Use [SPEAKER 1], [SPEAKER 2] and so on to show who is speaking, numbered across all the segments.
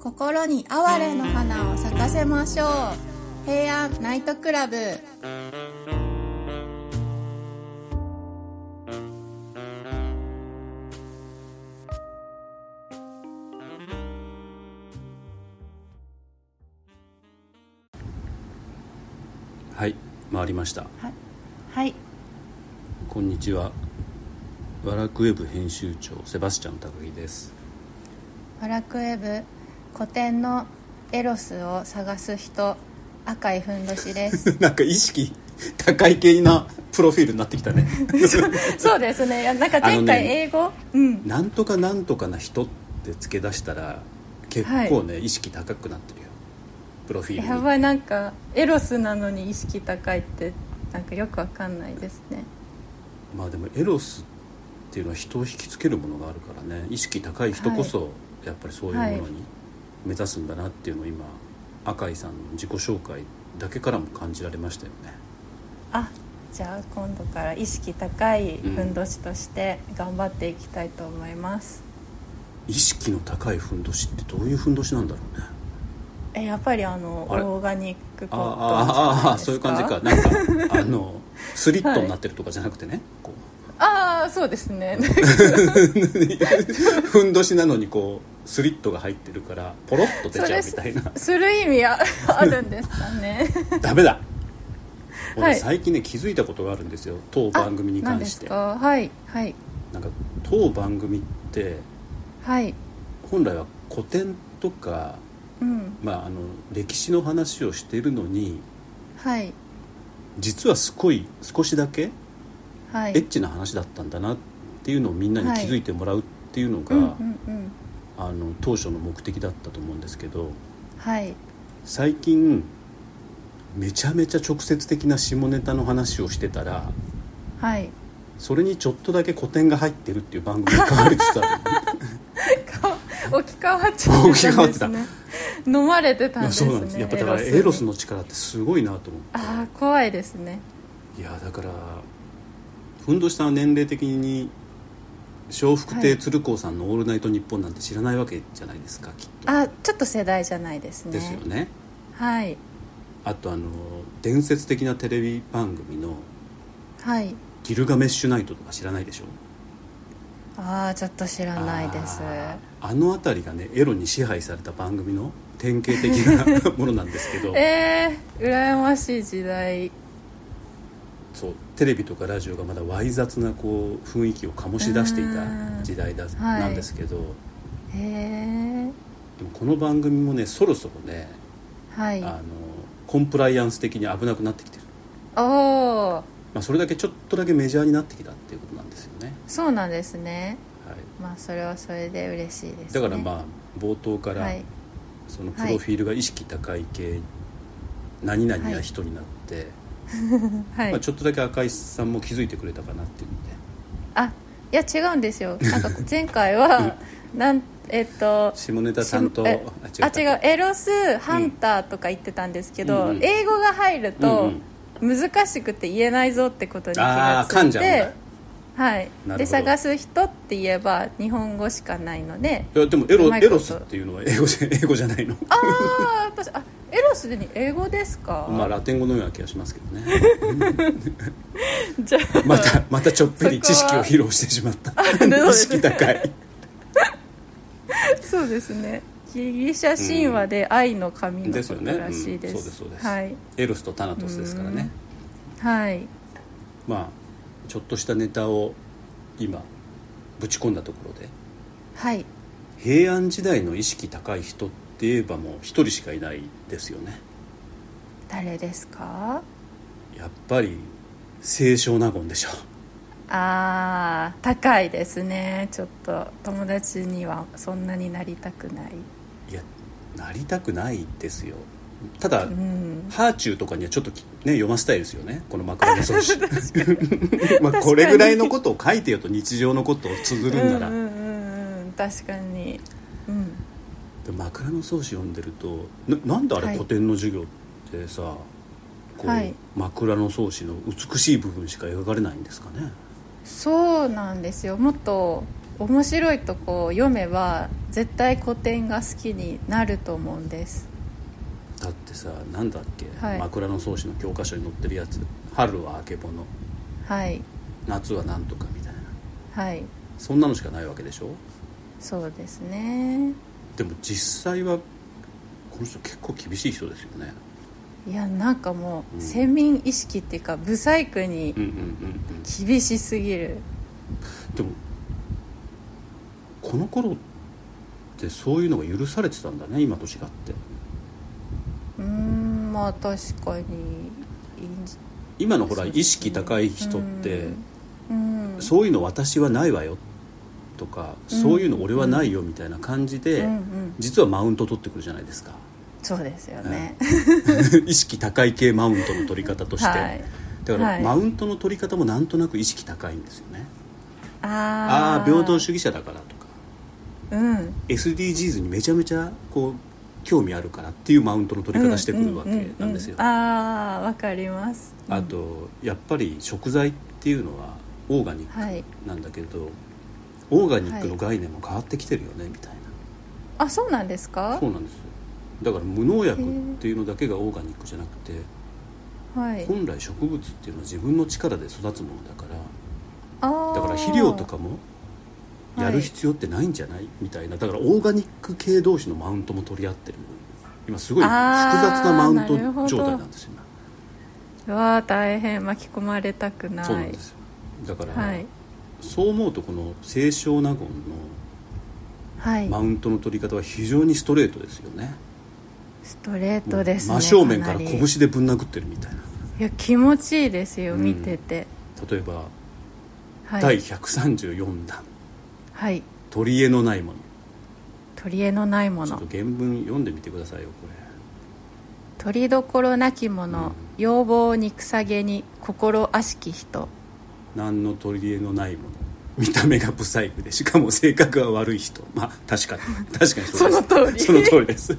[SPEAKER 1] 心に哀れの花を咲かせましょう平安ナイトクラブ
[SPEAKER 2] はい回りました
[SPEAKER 3] はいはい
[SPEAKER 2] こんにちはワラクウェブ編集長セバスチャン高木です
[SPEAKER 3] ワラクウェブ古典のエロスを探す人赤いふんどしです
[SPEAKER 2] なんか意識 高い系なプロフィールになってき たね
[SPEAKER 3] そうですねいやなんか前
[SPEAKER 2] あの
[SPEAKER 3] 回
[SPEAKER 2] ね
[SPEAKER 3] 英語、うん
[SPEAKER 2] なんとかなんとかな人って付け出したら結構ね、意識高くなってるよプロフィールに
[SPEAKER 3] やばいなんかエロスなのに意識高いってなんかよくわかんないですね
[SPEAKER 2] まあでもエロスっていうのは人を引きつけるものがあるからね意識高い人こそやっぱりそういうもの
[SPEAKER 3] はい
[SPEAKER 2] に目指すんだなっていうのを今赤井さんの自己紹介だけからも感じられましたよね
[SPEAKER 3] あじゃあ今度から意識高いふんどしとして頑張っていきたいと思います、
[SPEAKER 2] 意識の高いふんどしってどういうふんどしなんだろうね
[SPEAKER 3] えやっぱりあの
[SPEAKER 2] あれ
[SPEAKER 3] オーガニックコ
[SPEAKER 2] あ
[SPEAKER 3] ット
[SPEAKER 2] あ
[SPEAKER 3] ン
[SPEAKER 2] あああ
[SPEAKER 3] じ
[SPEAKER 2] そう
[SPEAKER 3] ゃ
[SPEAKER 2] い
[SPEAKER 3] な
[SPEAKER 2] う感じか
[SPEAKER 3] です
[SPEAKER 2] なんかあのスリットになってるとかじゃなくてね、こ
[SPEAKER 3] ああそうですね
[SPEAKER 2] うふんどしなのにこうスリットが入ってるからポロッと出
[SPEAKER 3] そ
[SPEAKER 2] ちゃ
[SPEAKER 3] れ
[SPEAKER 2] うみたいな
[SPEAKER 3] する意味ああるんですかね
[SPEAKER 2] ダメだ俺、
[SPEAKER 3] はい
[SPEAKER 2] 最近ね気づいたことがあるんですよ当
[SPEAKER 3] あ
[SPEAKER 2] 番組に
[SPEAKER 3] 何
[SPEAKER 2] 関
[SPEAKER 3] で
[SPEAKER 2] し
[SPEAKER 3] す
[SPEAKER 2] て
[SPEAKER 3] かはいはい
[SPEAKER 2] なんか当番組って
[SPEAKER 3] はい
[SPEAKER 2] 本来は古典とか、
[SPEAKER 3] うん
[SPEAKER 2] まあ、あの歴史の話をしているのに
[SPEAKER 3] はい
[SPEAKER 2] 実はすごい少しだけ
[SPEAKER 3] は
[SPEAKER 2] エ
[SPEAKER 3] い
[SPEAKER 2] ッチな話だったんだなっていうのをみんなに気づいてもらうっていうのが、
[SPEAKER 3] うんうんうん
[SPEAKER 2] あの当初の目的だったと思うんですけど
[SPEAKER 3] はい
[SPEAKER 2] 最近めちゃめちゃ直接的な下ネタの話をしてたら
[SPEAKER 3] はい
[SPEAKER 2] それにちょっとだけ古典が入ってるっていう番組が変わりつつある
[SPEAKER 3] か置き換わっちゃってたん ですね飲まれてたん
[SPEAKER 2] い
[SPEAKER 3] で
[SPEAKER 2] や
[SPEAKER 3] す
[SPEAKER 2] そう
[SPEAKER 3] ね
[SPEAKER 2] なんですやっぱだから
[SPEAKER 3] に
[SPEAKER 2] エロスの力ってすごいなと思って
[SPEAKER 3] ああ怖いですね
[SPEAKER 2] いやだからふんどしさんは年齢的に笑福亭鶴光さんの「オールナイトニッポン」なんて知らないわけじゃないですかきっと。
[SPEAKER 3] あちょっと世代じゃないですね
[SPEAKER 2] ですよね。
[SPEAKER 3] はい
[SPEAKER 2] あとあの伝説的なテレビ番組の
[SPEAKER 3] はい
[SPEAKER 2] 「ギルガメッシュナイト」とか知らないでしょ
[SPEAKER 3] ああちょっと知らないです
[SPEAKER 2] あーあの辺りがねエロに支配された番組の典型的 なものなんですけど
[SPEAKER 3] えー、羨ましい時代
[SPEAKER 2] そうテレビとかラジオがまだわい雑なこう雰囲気を醸し出していた時代だ
[SPEAKER 3] はい
[SPEAKER 2] なんですけど、
[SPEAKER 3] へえ
[SPEAKER 2] でもこの番組もねそろそろね
[SPEAKER 3] はい
[SPEAKER 2] あのコンプライアンス的に危なくなってきてる、
[SPEAKER 3] おお
[SPEAKER 2] まあ、それだけちょっとだけメジャーになってきたっていうことなんですよね、
[SPEAKER 3] そうなんですね
[SPEAKER 2] は
[SPEAKER 3] まあそれはそれで嬉しいです、
[SPEAKER 2] い、
[SPEAKER 3] ね、
[SPEAKER 2] だからまあ冒頭から、
[SPEAKER 3] はい
[SPEAKER 2] そのプロフィールが意識高い系、何々な人になって、
[SPEAKER 3] はい、
[SPEAKER 2] まあ、ちょっとだけ赤井さんも気づいてくれたかなっていうので
[SPEAKER 3] あいや違うんですよなんか前回 はなんえっと
[SPEAKER 2] 下ネタ担当
[SPEAKER 3] しえあ違う
[SPEAKER 2] う
[SPEAKER 3] エロスハンターとか言ってたんですけど、
[SPEAKER 2] うんうん
[SPEAKER 3] 英語が入ると
[SPEAKER 2] うん
[SPEAKER 3] 難しくて言えないぞってことに気
[SPEAKER 2] あ
[SPEAKER 3] が
[SPEAKER 2] あ
[SPEAKER 3] つ
[SPEAKER 2] ー噛ん
[SPEAKER 3] い
[SPEAKER 2] じゃうんだ
[SPEAKER 3] て、はい
[SPEAKER 2] なるほ、ど
[SPEAKER 3] で探す人って言えば日本語しかないので
[SPEAKER 2] いやでもエ
[SPEAKER 3] う
[SPEAKER 2] ロ
[SPEAKER 3] まい
[SPEAKER 2] エ
[SPEAKER 3] こと
[SPEAKER 2] ロスっていうのは英語じゃ 英語じゃないの
[SPEAKER 3] ああやっぱしあエロスでに英語ですか、
[SPEAKER 2] まあラテン語のような気がします けどね
[SPEAKER 3] じゃあ
[SPEAKER 2] またまたちょっぴり知識
[SPEAKER 3] そこ
[SPEAKER 2] を
[SPEAKER 3] は
[SPEAKER 2] 披露してしまった
[SPEAKER 3] そうですね
[SPEAKER 2] 意識高い
[SPEAKER 3] そうですねギリシャ神話で愛の神の
[SPEAKER 2] です
[SPEAKER 3] こ
[SPEAKER 2] よね、
[SPEAKER 3] と
[SPEAKER 2] う
[SPEAKER 3] ら
[SPEAKER 2] ん、そう
[SPEAKER 3] しい
[SPEAKER 2] で
[SPEAKER 3] ですす
[SPEAKER 2] そうです、
[SPEAKER 3] はい
[SPEAKER 2] エロスとタナトスですからね
[SPEAKER 3] はい
[SPEAKER 2] まあちょっとしたネタを今ぶち込んだところで
[SPEAKER 3] はい
[SPEAKER 2] 平安時代の意識高い人って言えばもう一人しかいないですよね
[SPEAKER 3] 誰ですか
[SPEAKER 2] やっぱり清少納言でしょ
[SPEAKER 3] あー高いですねちょっと友達にはそんなになりたくない、
[SPEAKER 2] いやなりたくないですよただ、
[SPEAKER 3] うん、
[SPEAKER 2] ハーチューとかにはちょっときね読ませたいですよねこの枕草子 まあこれぐらいのことを書いてよと日常のことを綴るんなら、
[SPEAKER 3] うんうんうんうん確かにうん
[SPEAKER 2] で枕草子読んでるとななんであれ
[SPEAKER 3] はい
[SPEAKER 2] 古典の授業ってさ、こう
[SPEAKER 3] はい
[SPEAKER 2] 枕草子の美しい部分しか描かれないんですかね
[SPEAKER 3] そうなんですよもっと面白いとこを読めば絶対古典が好きになると思うんです
[SPEAKER 2] だってさなんだっけ、
[SPEAKER 3] はい
[SPEAKER 2] 枕草子の教科書に載ってるやつ春はあけぼの
[SPEAKER 3] はい
[SPEAKER 2] 夏はなんとかみたいな
[SPEAKER 3] はい
[SPEAKER 2] そんなのしかないわけでしょ
[SPEAKER 3] そうですね
[SPEAKER 2] でも実際はこの人結構厳しい人ですよね
[SPEAKER 3] いやなんかも
[SPEAKER 2] う
[SPEAKER 3] うん先民意識っていうか不細工に
[SPEAKER 2] うんうんうんうん
[SPEAKER 3] 厳しすぎる
[SPEAKER 2] でもこの頃ってそういうのが許されてたんだね今と違って
[SPEAKER 3] うーんまあ確かにいいんじ
[SPEAKER 2] 今のほら
[SPEAKER 3] そうですね
[SPEAKER 2] 意識高い人って
[SPEAKER 3] うん
[SPEAKER 2] そういうの私はないわよとか
[SPEAKER 3] うん
[SPEAKER 2] そういうの俺はないよみたいな感じで
[SPEAKER 3] うんうん
[SPEAKER 2] 実はマウント取ってくるじゃないですか
[SPEAKER 3] そうですよね、
[SPEAKER 2] 意識高い系マウントの取り方として
[SPEAKER 3] はい
[SPEAKER 2] だから
[SPEAKER 3] はい
[SPEAKER 2] マウントの取り方もなんとなく意識高いんですよね
[SPEAKER 3] あ
[SPEAKER 2] ああー平等主義者だからとか
[SPEAKER 3] うん、
[SPEAKER 2] SDGs にめちゃめちゃこう興味あるからっていうマウントの取り方してくるわけなんですよ
[SPEAKER 3] ううううああわかります
[SPEAKER 2] あとやっぱり食材っていうのはオーガニッ
[SPEAKER 3] はい
[SPEAKER 2] クなんだけど、オーガニックの概念も変わってきてるよね、みたい
[SPEAKER 3] あそうなんです
[SPEAKER 2] な
[SPEAKER 3] か
[SPEAKER 2] そうなんですよだから無農薬っていうのだけがオーガニックじゃなくて
[SPEAKER 3] はい
[SPEAKER 2] 本来植物っていうのは自分の力で育つものだから
[SPEAKER 3] あ
[SPEAKER 2] だから肥料とかも
[SPEAKER 3] はい
[SPEAKER 2] やる必要ってないんじゃない、みたいなだからオーガニック系同士のマウントも取り合ってる今すごい複雑なマウン
[SPEAKER 3] あーなるほ
[SPEAKER 2] ト
[SPEAKER 3] ど
[SPEAKER 2] 状態なんですよ今
[SPEAKER 3] うわあ大変巻き込まれたくない
[SPEAKER 2] そうなんですよだから、
[SPEAKER 3] はい
[SPEAKER 2] そう思うとこの清少納言の
[SPEAKER 3] はい
[SPEAKER 2] マウントの取り方は非常にストレートですよね
[SPEAKER 3] ストレートですね
[SPEAKER 2] 真正面から
[SPEAKER 3] なり
[SPEAKER 2] 拳でぶん殴ってるみたいない
[SPEAKER 3] や気持ちいいですよ
[SPEAKER 2] うん
[SPEAKER 3] 見てて、
[SPEAKER 2] 例えば、
[SPEAKER 3] はい、
[SPEAKER 2] 第134弾
[SPEAKER 3] はい
[SPEAKER 2] 「取り柄のないもの」
[SPEAKER 3] 取り柄のないも
[SPEAKER 2] ちょっ
[SPEAKER 3] の
[SPEAKER 2] と原文読んでみてくださいよこ
[SPEAKER 3] 取りどころなきもの、
[SPEAKER 2] うん
[SPEAKER 3] 要望憎さげに心悪しき人
[SPEAKER 2] れ何の取り柄のないもの見た目が不細工でしかも性格が悪い人まあ確かに確かにそうです
[SPEAKER 3] その通り
[SPEAKER 2] その通りです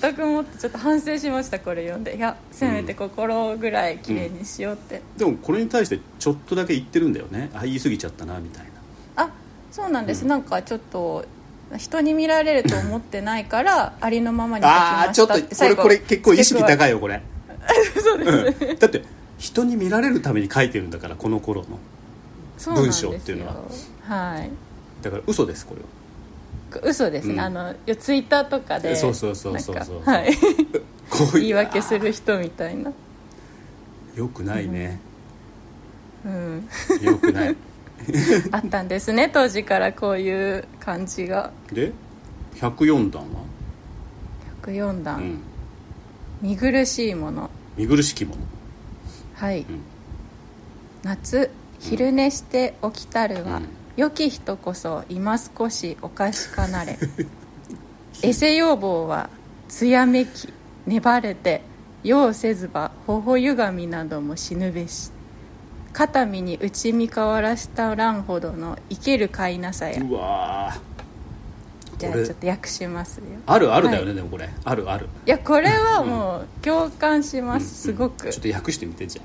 [SPEAKER 3] 全くもってちょっと反省しましたこれ読んでいやせめて心ぐらい綺麗にしようって、
[SPEAKER 2] でもこれに対してちょっとだけ言ってるんだよねあ言い過ぎちゃったなみたいな
[SPEAKER 3] あそうなんです、
[SPEAKER 2] うん
[SPEAKER 3] なんかちょっと人に見られると思ってないからありのままに書き
[SPEAKER 2] ああ
[SPEAKER 3] ま
[SPEAKER 2] ーち
[SPEAKER 3] し
[SPEAKER 2] ょっと
[SPEAKER 3] た
[SPEAKER 2] こ
[SPEAKER 3] って最
[SPEAKER 2] れ
[SPEAKER 3] 後
[SPEAKER 2] これ結構意識
[SPEAKER 3] 付け加
[SPEAKER 2] 高
[SPEAKER 3] え
[SPEAKER 2] いよ これうんだって人に見られるために書いてるんだからこの頃の
[SPEAKER 3] そうなんですよ
[SPEAKER 2] 文章っていうのは
[SPEAKER 3] はい
[SPEAKER 2] だから嘘ですこれは
[SPEAKER 3] 嘘ですね、
[SPEAKER 2] うん
[SPEAKER 3] あのいやツイッターとかで
[SPEAKER 2] そうそうそうそうそう
[SPEAKER 3] なんかはい
[SPEAKER 2] こういう
[SPEAKER 3] 言い訳する人みたいな
[SPEAKER 2] よくないね
[SPEAKER 3] うん
[SPEAKER 2] よくない
[SPEAKER 3] あったんですね当時からこういう感じが
[SPEAKER 2] で104段は、
[SPEAKER 3] 104
[SPEAKER 2] う
[SPEAKER 3] 段、
[SPEAKER 2] ん、
[SPEAKER 3] 見苦しいもの
[SPEAKER 2] 見苦しきもの
[SPEAKER 3] はい、
[SPEAKER 2] ん
[SPEAKER 3] 夏昼寝して起きたるは、
[SPEAKER 2] うん
[SPEAKER 3] 良き人こそ今少しおかしかなれ エセ要望は艶めき粘れて用せずば頬ゆがみなども死ぬべし肩身に内見変わらしたらんほどの生ける飼いなさや
[SPEAKER 2] うわー
[SPEAKER 3] じゃあ
[SPEAKER 2] こ
[SPEAKER 3] ちょ
[SPEAKER 2] れ
[SPEAKER 3] っと訳しますよ
[SPEAKER 2] あるあるだよね、
[SPEAKER 3] はい
[SPEAKER 2] でもこれあるある
[SPEAKER 3] いやこれはもう共感します、すご
[SPEAKER 2] うん
[SPEAKER 3] く
[SPEAKER 2] ちょっと訳してみてじゃ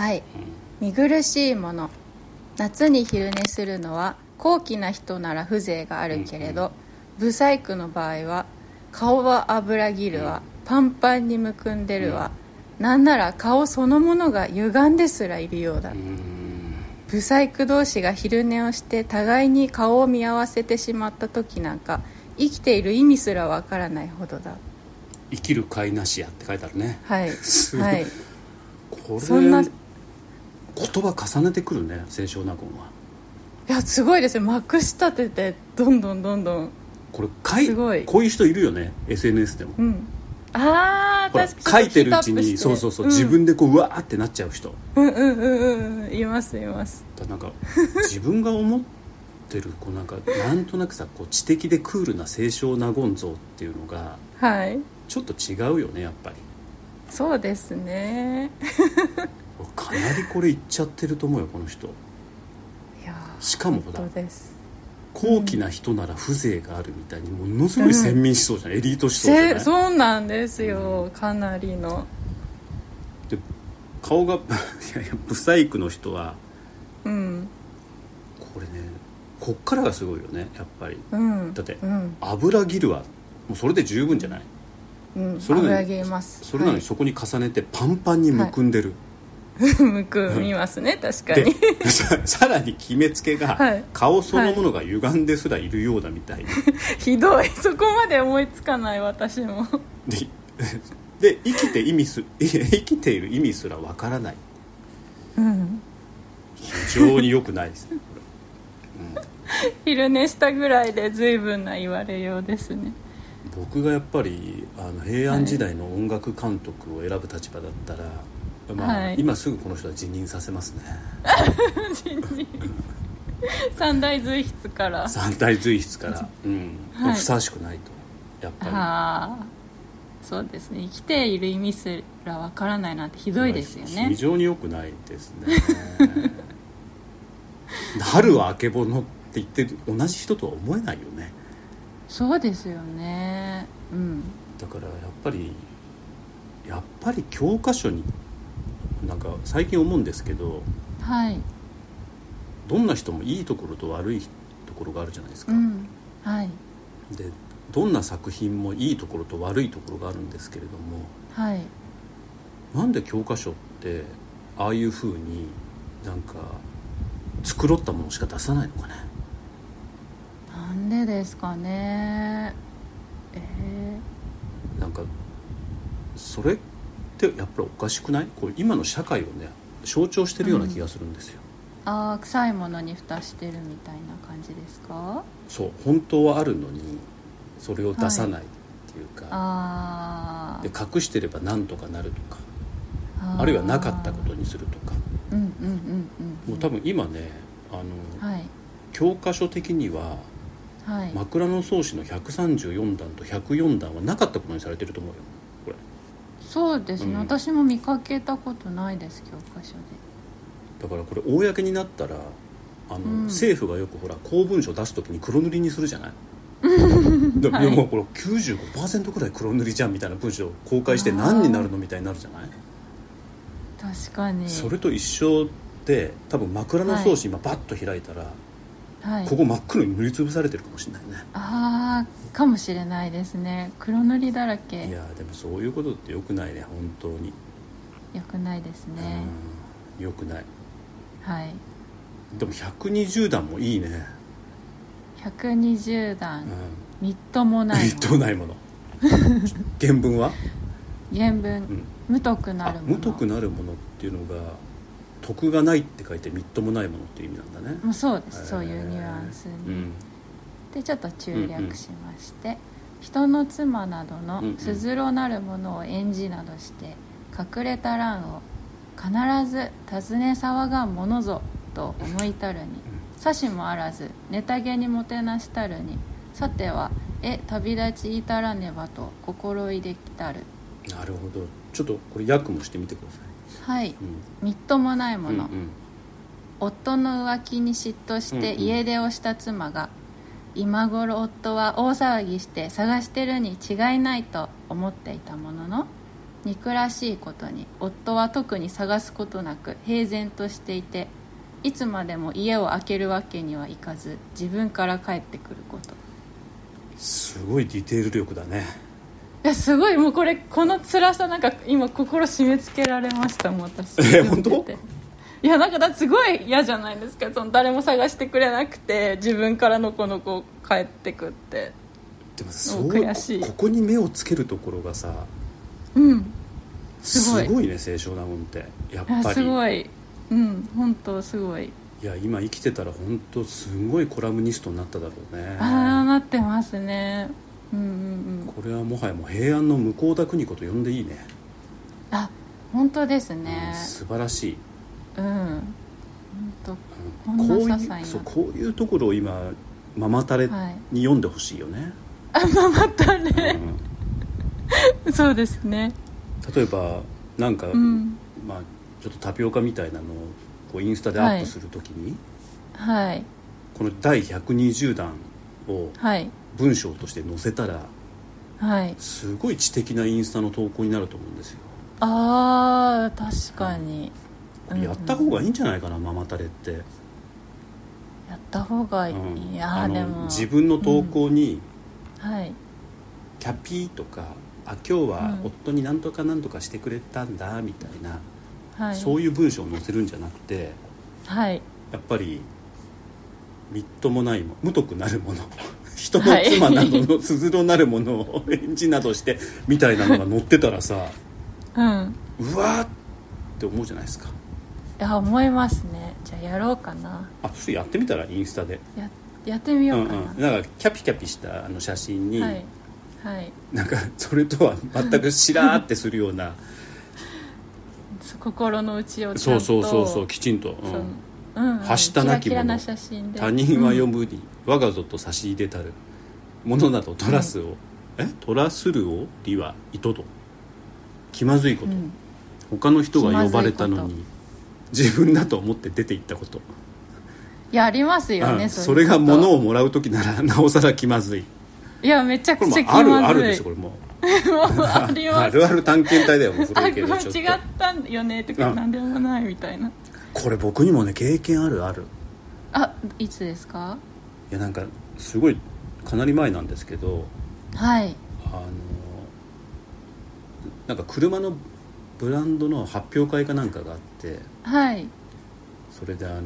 [SPEAKER 3] はい
[SPEAKER 2] あ、うん
[SPEAKER 3] 見苦しいもの夏に昼寝するのは高貴な人なら風情があるけれど、不細工の場合は顔は油ぎるわ、パンパンにむくんでるわ、なんなら顔そのものが歪んですらいるようだ、
[SPEAKER 2] うーん
[SPEAKER 3] 不細工同士が昼寝をして互いに顔を見合わせてしまった時なんか生きている意味すらわからないほどだ
[SPEAKER 2] 生きる飼いなしやって書いてあるね
[SPEAKER 3] はい
[SPEAKER 2] すごい
[SPEAKER 3] はい
[SPEAKER 2] これ
[SPEAKER 3] そんな
[SPEAKER 2] 言葉重ねてくるね清少納言はい
[SPEAKER 3] やすごいですねまくし立ててどんどんどんどん
[SPEAKER 2] これ書い
[SPEAKER 3] すごい
[SPEAKER 2] こういう人いるよね SNS でも
[SPEAKER 3] うん、ああ
[SPEAKER 2] ほら
[SPEAKER 3] 確
[SPEAKER 2] 書
[SPEAKER 3] かに
[SPEAKER 2] いてるうちにそうそうそう、自分でこううわーってなっちゃう人
[SPEAKER 3] うんうんうんうんうんいますいます
[SPEAKER 2] だなんか自分が思ってるこうなんかなんとなくさこう知的でクールな清少納言像っていうのが
[SPEAKER 3] はい
[SPEAKER 2] ちょっと違うよねやっぱり
[SPEAKER 3] そうですね
[SPEAKER 2] かなりこれいっちゃってると思うよこの人
[SPEAKER 3] いやー
[SPEAKER 2] しかもほら
[SPEAKER 3] 本当です
[SPEAKER 2] 高貴な人なら風情があるみたいにものすごい先民思想じゃん、エリート思想じゃ
[SPEAKER 3] せ
[SPEAKER 2] ない
[SPEAKER 3] そうなんですよ、かなりの
[SPEAKER 2] で顔 がいやいや不細工の人は
[SPEAKER 3] うん
[SPEAKER 2] これねこっからがすごいよねやっぱり
[SPEAKER 3] うん
[SPEAKER 2] だって
[SPEAKER 3] うん
[SPEAKER 2] 油切るはもうそれで十分じゃない
[SPEAKER 3] うん
[SPEAKER 2] それなのに
[SPEAKER 3] 油揚げます
[SPEAKER 2] それなのにそこに重ねてパンパンにむくんでる、
[SPEAKER 3] はい、 むくみますね確かに
[SPEAKER 2] でさ さらに決めつけが、
[SPEAKER 3] はい
[SPEAKER 2] 顔そのものが歪んですらいるようだみたいな、
[SPEAKER 3] ひどいそこまで思いつかない私も
[SPEAKER 2] でで生きて意味す生きている意味すらわからない
[SPEAKER 3] うん
[SPEAKER 2] 非常に良くないですねこ
[SPEAKER 3] 昼寝したぐらいで随分な言われようですね
[SPEAKER 2] れ僕がやっぱりあの平安時代の音楽監督を選ぶ立場だったら、まあ
[SPEAKER 3] はい
[SPEAKER 2] 今すぐこの人は辞任させますね
[SPEAKER 3] 人事三大随筆から
[SPEAKER 2] 三大随筆から、うん
[SPEAKER 3] はい
[SPEAKER 2] ふさわしくないとやっぱ
[SPEAKER 3] ああそうですね生きている意味すらわからないなんてひ
[SPEAKER 2] り
[SPEAKER 3] どいですよ
[SPEAKER 2] 非
[SPEAKER 3] ね
[SPEAKER 2] 常に良くないですね 春はあけぼのって言ってる同じ人とは思えないよね
[SPEAKER 3] そうですよねうん
[SPEAKER 2] だからやっぱりやっぱり教科書になんか最近思うんですけど
[SPEAKER 3] はい
[SPEAKER 2] どんな人もいいところと悪いところがあるじゃないです
[SPEAKER 3] う
[SPEAKER 2] か、
[SPEAKER 3] んはい
[SPEAKER 2] でどんな作品もいいところと悪いところがあるんですけれども
[SPEAKER 3] はい
[SPEAKER 2] なんで教科書ってああいう風になんか繕ったものしか出さないのかね
[SPEAKER 3] なんでですかねえー
[SPEAKER 2] なんかそれってやっぱりおかしくないこれ今の社会をね象徴してるような気がするんですよ、
[SPEAKER 3] ああ臭いものに蓋してるみたいな感じですか
[SPEAKER 2] そう本当はあるのにそれを出さないっていうか、
[SPEAKER 3] あ
[SPEAKER 2] で隠してればなんとかなるとか
[SPEAKER 3] あ
[SPEAKER 2] あるいはなかったことにするとか
[SPEAKER 3] うんうんうんうん
[SPEAKER 2] もう多分今ねあの、
[SPEAKER 3] はい
[SPEAKER 2] 教科書的には
[SPEAKER 3] はい、
[SPEAKER 2] 枕草子の134段と104段はなかったことにされてると思うよこれ
[SPEAKER 3] そうですね、
[SPEAKER 2] うん
[SPEAKER 3] 私も見かけたことないです教科書で
[SPEAKER 2] だからこれ公になったらあの、
[SPEAKER 3] うん
[SPEAKER 2] 政府がよくほら公文書出す時に黒塗りにする じゃないで
[SPEAKER 3] はい
[SPEAKER 2] でもこれ95%ぐらい黒塗りじゃんみたいな文章を公開して何になるのみたいになるじゃない
[SPEAKER 3] 確かに
[SPEAKER 2] それと一緒で多分枕草子今バッと開いたら、
[SPEAKER 3] はい
[SPEAKER 2] ここ真っ黒に塗りつぶされてるかもしれないね
[SPEAKER 3] ああかもしれないですね黒塗りだらけ
[SPEAKER 2] いやーでもそういうことってよくないね本当に、
[SPEAKER 3] よくないですね、
[SPEAKER 2] うんよくない
[SPEAKER 3] はい
[SPEAKER 2] でも120段もいいね、
[SPEAKER 3] 120
[SPEAKER 2] う
[SPEAKER 3] 段、
[SPEAKER 2] ん、
[SPEAKER 3] みっともない
[SPEAKER 2] み っともない もの原文は、
[SPEAKER 3] 原
[SPEAKER 2] う
[SPEAKER 3] 文
[SPEAKER 2] ん、
[SPEAKER 3] 無徳な
[SPEAKER 2] あ
[SPEAKER 3] るもの
[SPEAKER 2] 無徳なるものっていうのが徳がないって書いてみっともないものっていう意味なんだね
[SPEAKER 3] もうそうです、
[SPEAKER 2] へー
[SPEAKER 3] そういうニュアンス
[SPEAKER 2] う
[SPEAKER 3] に、
[SPEAKER 2] ん
[SPEAKER 3] でちょっと中略しまして、人の妻などの
[SPEAKER 2] うんうん
[SPEAKER 3] すずろなるものを演じなどして隠れた乱を必ず尋ね騒がんものぞと思いたるにさしもあらずネタげにもてなしたるにさてはえ旅立ちいたらねばと心意できたる
[SPEAKER 2] なるほどちょっとこれ訳もしてみてくださ
[SPEAKER 3] はい
[SPEAKER 2] い、うん
[SPEAKER 3] みっともないもの、
[SPEAKER 2] うんうん
[SPEAKER 3] 夫の浮気に嫉妬して
[SPEAKER 2] うんうん
[SPEAKER 3] 家出をした妻が、今頃夫は大騒ぎして探してるに違いないと思っていたものの憎らしいことに夫は特に探すことなく平然としていていつまでも家を空けるわけにはいかず自分から帰ってくることい
[SPEAKER 2] すごいディテール力だね
[SPEAKER 3] やすごいもうこれこの辛さなんか今心締め付けられましたもん私
[SPEAKER 2] え本当
[SPEAKER 3] 読んでていやなんかだってすごい嫌じゃないですかその誰も探してくれなくて自分からのこのこ帰ってくって
[SPEAKER 2] でもさそう
[SPEAKER 3] 悔しい
[SPEAKER 2] こここに目をつけるところがさ
[SPEAKER 3] うん
[SPEAKER 2] す
[SPEAKER 3] す
[SPEAKER 2] ご
[SPEAKER 3] ご
[SPEAKER 2] い
[SPEAKER 3] い
[SPEAKER 2] ね清少納言ってやっ
[SPEAKER 3] いや
[SPEAKER 2] ぱり
[SPEAKER 3] すごいうん本当すごい
[SPEAKER 2] いや今生きてたら本当すごいコラムニストになっただろうね
[SPEAKER 3] ああなってますねうんうんうん
[SPEAKER 2] これはもはやもう平安の向田邦子と呼んでいいね
[SPEAKER 3] あ本当ですね
[SPEAKER 2] うん素晴らしい、
[SPEAKER 3] うん本当
[SPEAKER 2] うん
[SPEAKER 3] こんな
[SPEAKER 2] こう
[SPEAKER 3] 些細
[SPEAKER 2] い
[SPEAKER 3] な
[SPEAKER 2] うそうこういうところを今ママタレ
[SPEAKER 3] はい
[SPEAKER 2] に読んでほしいよね、
[SPEAKER 3] だ
[SPEAKER 2] うん
[SPEAKER 3] ねそうですね
[SPEAKER 2] 例えばなんか、
[SPEAKER 3] うん
[SPEAKER 2] まあ、ちょっとタピオカみたいなのをこうインスタでアップするときに、
[SPEAKER 3] はい
[SPEAKER 2] この第120弾を
[SPEAKER 3] はい
[SPEAKER 2] 文章として載せたら
[SPEAKER 3] はい
[SPEAKER 2] すごい知的なインスタの投稿になると思うんですよ
[SPEAKER 3] あー確かに
[SPEAKER 2] これやった方がいいんじゃないかな、ママタレって
[SPEAKER 3] ややった方がいい、
[SPEAKER 2] うん
[SPEAKER 3] いや
[SPEAKER 2] あ
[SPEAKER 3] ー
[SPEAKER 2] の
[SPEAKER 3] でも
[SPEAKER 2] 自分の投稿に
[SPEAKER 3] はい
[SPEAKER 2] 「キャピー」とか「あ今日は夫になんとかなんとかしてくれたんだ」みたいな、
[SPEAKER 3] はい
[SPEAKER 2] そういう文章を載せるんじゃなくて
[SPEAKER 3] はい
[SPEAKER 2] やっぱりみっともないも無徳なるもの 人の妻などの鈴郎なるものを演じなどしてみたいなのが載ってたらさ
[SPEAKER 3] うん
[SPEAKER 2] うわーって思うじゃないですか
[SPEAKER 3] いや思いますねじゃあやろうかな
[SPEAKER 2] あそれやってみたらインスタで
[SPEAKER 3] ややってみ
[SPEAKER 2] う
[SPEAKER 3] よ
[SPEAKER 2] ん
[SPEAKER 3] うかな、
[SPEAKER 2] うんなんかキャピキャピしたあの写真に、
[SPEAKER 3] はいはい
[SPEAKER 2] なんかそれとは全くしらーってするよう な
[SPEAKER 3] そう心の内をちゃ
[SPEAKER 2] そ
[SPEAKER 3] ん
[SPEAKER 2] う
[SPEAKER 3] と
[SPEAKER 2] そうそうそうきちんと、う
[SPEAKER 3] そのう
[SPEAKER 2] ん、
[SPEAKER 3] んうん
[SPEAKER 2] はしたなき
[SPEAKER 3] キラキラ
[SPEAKER 2] もの
[SPEAKER 3] な写真で
[SPEAKER 2] 他人は
[SPEAKER 3] う
[SPEAKER 2] 読
[SPEAKER 3] ん
[SPEAKER 2] むに、我がぞと差し入れたるものなど取らすを、え取らするを利は糸と気まずいこと、
[SPEAKER 3] うん
[SPEAKER 2] 他の人が呼ばれた
[SPEAKER 3] 気
[SPEAKER 2] の
[SPEAKER 3] まず
[SPEAKER 2] に自分だと思って出て行ったこと
[SPEAKER 3] いやありますよね、
[SPEAKER 2] うん
[SPEAKER 3] そ
[SPEAKER 2] そう
[SPEAKER 3] い
[SPEAKER 2] れ
[SPEAKER 3] うこ
[SPEAKER 2] が
[SPEAKER 3] と
[SPEAKER 2] 物をもらう時なら なおさら気まずい
[SPEAKER 3] いやめちゃ
[SPEAKER 2] こ
[SPEAKER 3] く
[SPEAKER 2] れも
[SPEAKER 3] ちゃ気
[SPEAKER 2] うある
[SPEAKER 3] ま
[SPEAKER 2] あ
[SPEAKER 3] ず
[SPEAKER 2] る
[SPEAKER 3] い
[SPEAKER 2] でしょこれもう
[SPEAKER 3] あります
[SPEAKER 2] あるある探検隊だよもう古
[SPEAKER 3] あ
[SPEAKER 2] いけど
[SPEAKER 3] 間
[SPEAKER 2] ちょっと
[SPEAKER 3] 違ったんよねとか
[SPEAKER 2] うん
[SPEAKER 3] 何でもないみたいな
[SPEAKER 2] これ僕にもね経験あるある
[SPEAKER 3] あいつですか
[SPEAKER 2] いやなんかすごいかなり前なんですけど
[SPEAKER 3] はい
[SPEAKER 2] あのなんか車のブランドの発表会かなんかがあって
[SPEAKER 3] はい
[SPEAKER 2] それであの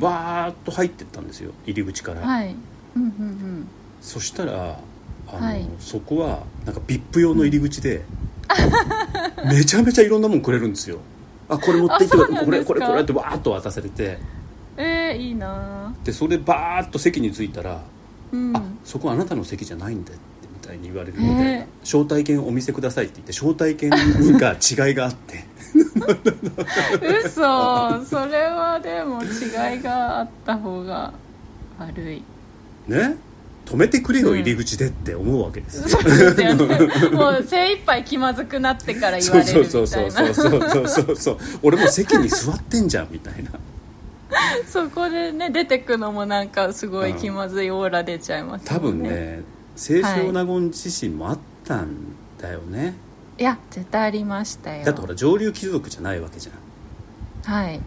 [SPEAKER 2] わーっと入ってったんですよ入り口から、
[SPEAKER 3] はいうんうん
[SPEAKER 2] そしたらあの、
[SPEAKER 3] はい
[SPEAKER 2] そこはなんか VIP 用の入り 口で、めちゃめちゃいろんなもんくれるんですよあこれ持っていって
[SPEAKER 3] あそうなん
[SPEAKER 2] こ
[SPEAKER 3] で
[SPEAKER 2] れ
[SPEAKER 3] すか
[SPEAKER 2] これこれってわーっと渡されて
[SPEAKER 3] うんえー、いいな
[SPEAKER 2] でそれでバーっと席に着いたら
[SPEAKER 3] ーうん
[SPEAKER 2] あそこあなたの席じゃないんだってみたいに言われるみたいな、
[SPEAKER 3] ええ
[SPEAKER 2] 招待券お見せくださいって言って招待券にが違いがあって
[SPEAKER 3] 嘘それはでも違いがあった方が悪 い
[SPEAKER 2] ね止めてくれよ
[SPEAKER 3] うん
[SPEAKER 2] 入り口でって思うわけで す、
[SPEAKER 3] そうですよねもう精一杯気まずくなってから言わ
[SPEAKER 2] そう
[SPEAKER 3] れる
[SPEAKER 2] そう
[SPEAKER 3] み
[SPEAKER 2] そう
[SPEAKER 3] た
[SPEAKER 2] そう
[SPEAKER 3] いな
[SPEAKER 2] そうそうそうそう俺もう席に座ってんじゃんみたいな
[SPEAKER 3] そこでね出てくのもなんかすごい気まずいオーラ出ちゃいます
[SPEAKER 2] 多
[SPEAKER 3] よ
[SPEAKER 2] 分ね清少納言自身もあったんだよね、
[SPEAKER 3] いや絶対ありましたよ
[SPEAKER 2] だってほら上流貴族じゃないわけじゃん
[SPEAKER 3] はい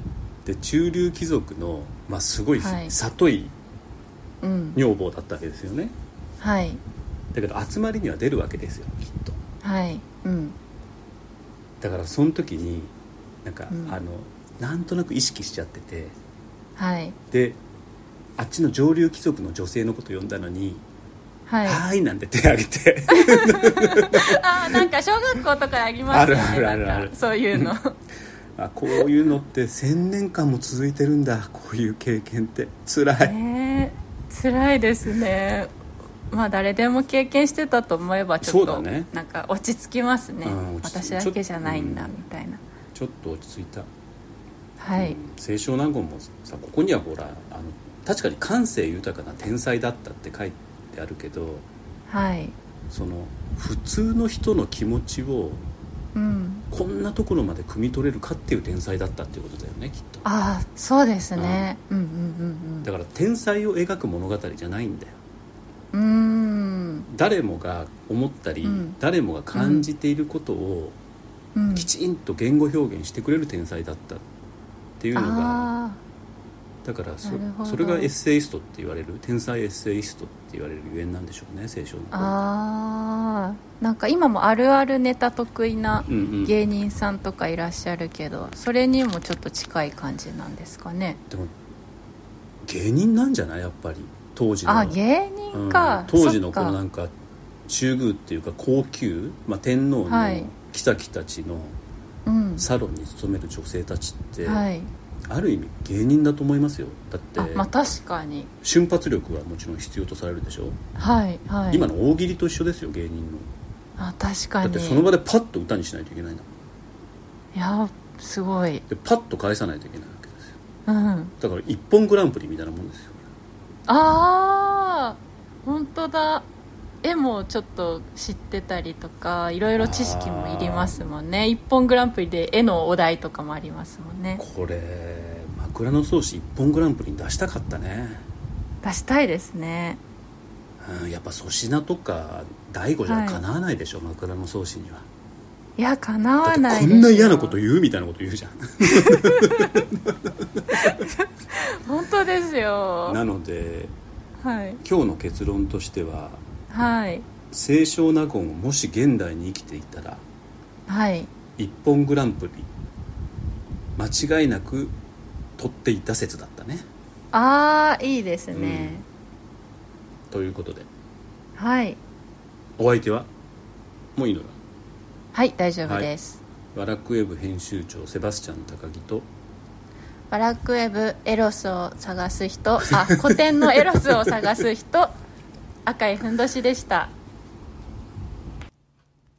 [SPEAKER 2] で中流貴族の、まあ、すごい
[SPEAKER 3] はい
[SPEAKER 2] 里い
[SPEAKER 3] うん
[SPEAKER 2] 女房だったわけですよね
[SPEAKER 3] はい
[SPEAKER 2] だけど集まりには出るわけですよきっと
[SPEAKER 3] はいうん
[SPEAKER 2] だからその時になんか、
[SPEAKER 3] うん
[SPEAKER 2] あのなんとなく意識しちゃってて
[SPEAKER 3] はい
[SPEAKER 2] であっちの上流貴族の女性のこと呼んだのに「
[SPEAKER 3] はい
[SPEAKER 2] はーい」なんて手挙 げて
[SPEAKER 3] あーなんか小学校とかありますよね
[SPEAKER 2] あるあるあるある
[SPEAKER 3] なんかそういうの
[SPEAKER 2] あこういうのって1,000年間も続いてるんだこういう経験ってつらい、
[SPEAKER 3] ね辛いですねまあ誰でも経験してたと思えばちょっ
[SPEAKER 2] そ
[SPEAKER 3] と
[SPEAKER 2] うだね
[SPEAKER 3] なんか落ち着きますね
[SPEAKER 2] うん落ち着
[SPEAKER 3] 私だけじゃないんだ
[SPEAKER 2] ちょっ
[SPEAKER 3] みたいな
[SPEAKER 2] ちょっと落ち着いた、
[SPEAKER 3] はい、
[SPEAKER 2] うん清少納言もさここにはほらあの確かに感性豊かな天才だったって書いてあるけど
[SPEAKER 3] はい
[SPEAKER 2] その普通の人の気持ちを
[SPEAKER 3] うん
[SPEAKER 2] こんなところまで汲み取れるかっていう天才だったっていうことだよねきっと
[SPEAKER 3] ああそうですね、うん、うんうん
[SPEAKER 2] だから天才を描く物語じゃないんだよ
[SPEAKER 3] うんうん
[SPEAKER 2] 誰もが思ったり、
[SPEAKER 3] うん
[SPEAKER 2] 誰もが感じていることを
[SPEAKER 3] うん
[SPEAKER 2] きちんと言語表現してくれる天才だったっていうのが
[SPEAKER 3] あ
[SPEAKER 2] だからそ
[SPEAKER 3] なるほど
[SPEAKER 2] それがエッセイストって言われる天才エッセイストって言われるゆえんなんでしょうね聖書の
[SPEAKER 3] あああなんか今もあるあるネタ得意な
[SPEAKER 2] うんうん
[SPEAKER 3] 芸
[SPEAKER 2] で
[SPEAKER 3] 人さんとかいらっしゃるけどそれにもちょっと近い感じなんですかね
[SPEAKER 2] も芸人なんじゃないやっぱり当時の
[SPEAKER 3] あ芸人
[SPEAKER 2] う
[SPEAKER 3] か
[SPEAKER 2] ん、当時のこ
[SPEAKER 3] そっ
[SPEAKER 2] の
[SPEAKER 3] か
[SPEAKER 2] なんか中宮っていうか高級、まあ、天皇の
[SPEAKER 3] はい
[SPEAKER 2] 妃たちの
[SPEAKER 3] うん
[SPEAKER 2] サロンに勤める女性たちって、
[SPEAKER 3] はい
[SPEAKER 2] ある意味芸人だと思いますよだって
[SPEAKER 3] あまあ確かに
[SPEAKER 2] 瞬発力はもちろん必要とされるでしょ、
[SPEAKER 3] はいはい
[SPEAKER 2] 今の大喜利と一緒ですよ芸人の
[SPEAKER 3] あ確か
[SPEAKER 2] だっ
[SPEAKER 3] に
[SPEAKER 2] てその場でパッと歌にしないといけないんだもん
[SPEAKER 3] いやすごい
[SPEAKER 2] でパッと返さないといけないわけですよ
[SPEAKER 3] うん
[SPEAKER 2] だから一本グランプリみたいなもんですよ
[SPEAKER 3] ああ本当だ絵もちょっと知ってたりとかいろいろ知識もいりますもんね「一本グランプリ」で絵のお題とかもありますもんね
[SPEAKER 2] これ枕草子一本グランプリに出したかったね、
[SPEAKER 3] 出したいですね
[SPEAKER 2] うん、やっぱ粗品とか大悟じゃかなわないでしょ、枕草子にはい
[SPEAKER 3] やかな
[SPEAKER 2] だ
[SPEAKER 3] わ
[SPEAKER 2] っ
[SPEAKER 3] な
[SPEAKER 2] て
[SPEAKER 3] い
[SPEAKER 2] こんな嫌なこと言うみたいなこと言うじゃん
[SPEAKER 3] 本当ですよ
[SPEAKER 2] なので
[SPEAKER 3] はい
[SPEAKER 2] 今日の結論としては
[SPEAKER 3] はい
[SPEAKER 2] 清少納言をもし現代に生きていたら
[SPEAKER 3] はい
[SPEAKER 2] 一本グランプリ間違いなく取っていた説だったね
[SPEAKER 3] ああいいですね、
[SPEAKER 2] ということで
[SPEAKER 3] はい
[SPEAKER 2] お相手はもういいのよ
[SPEAKER 3] はい大丈夫です、
[SPEAKER 2] ワラクウェブ編集長セバスチャン高木と
[SPEAKER 3] バラックウェブエロスを探す人あ古典のエロスを探す人赤いふんどしでした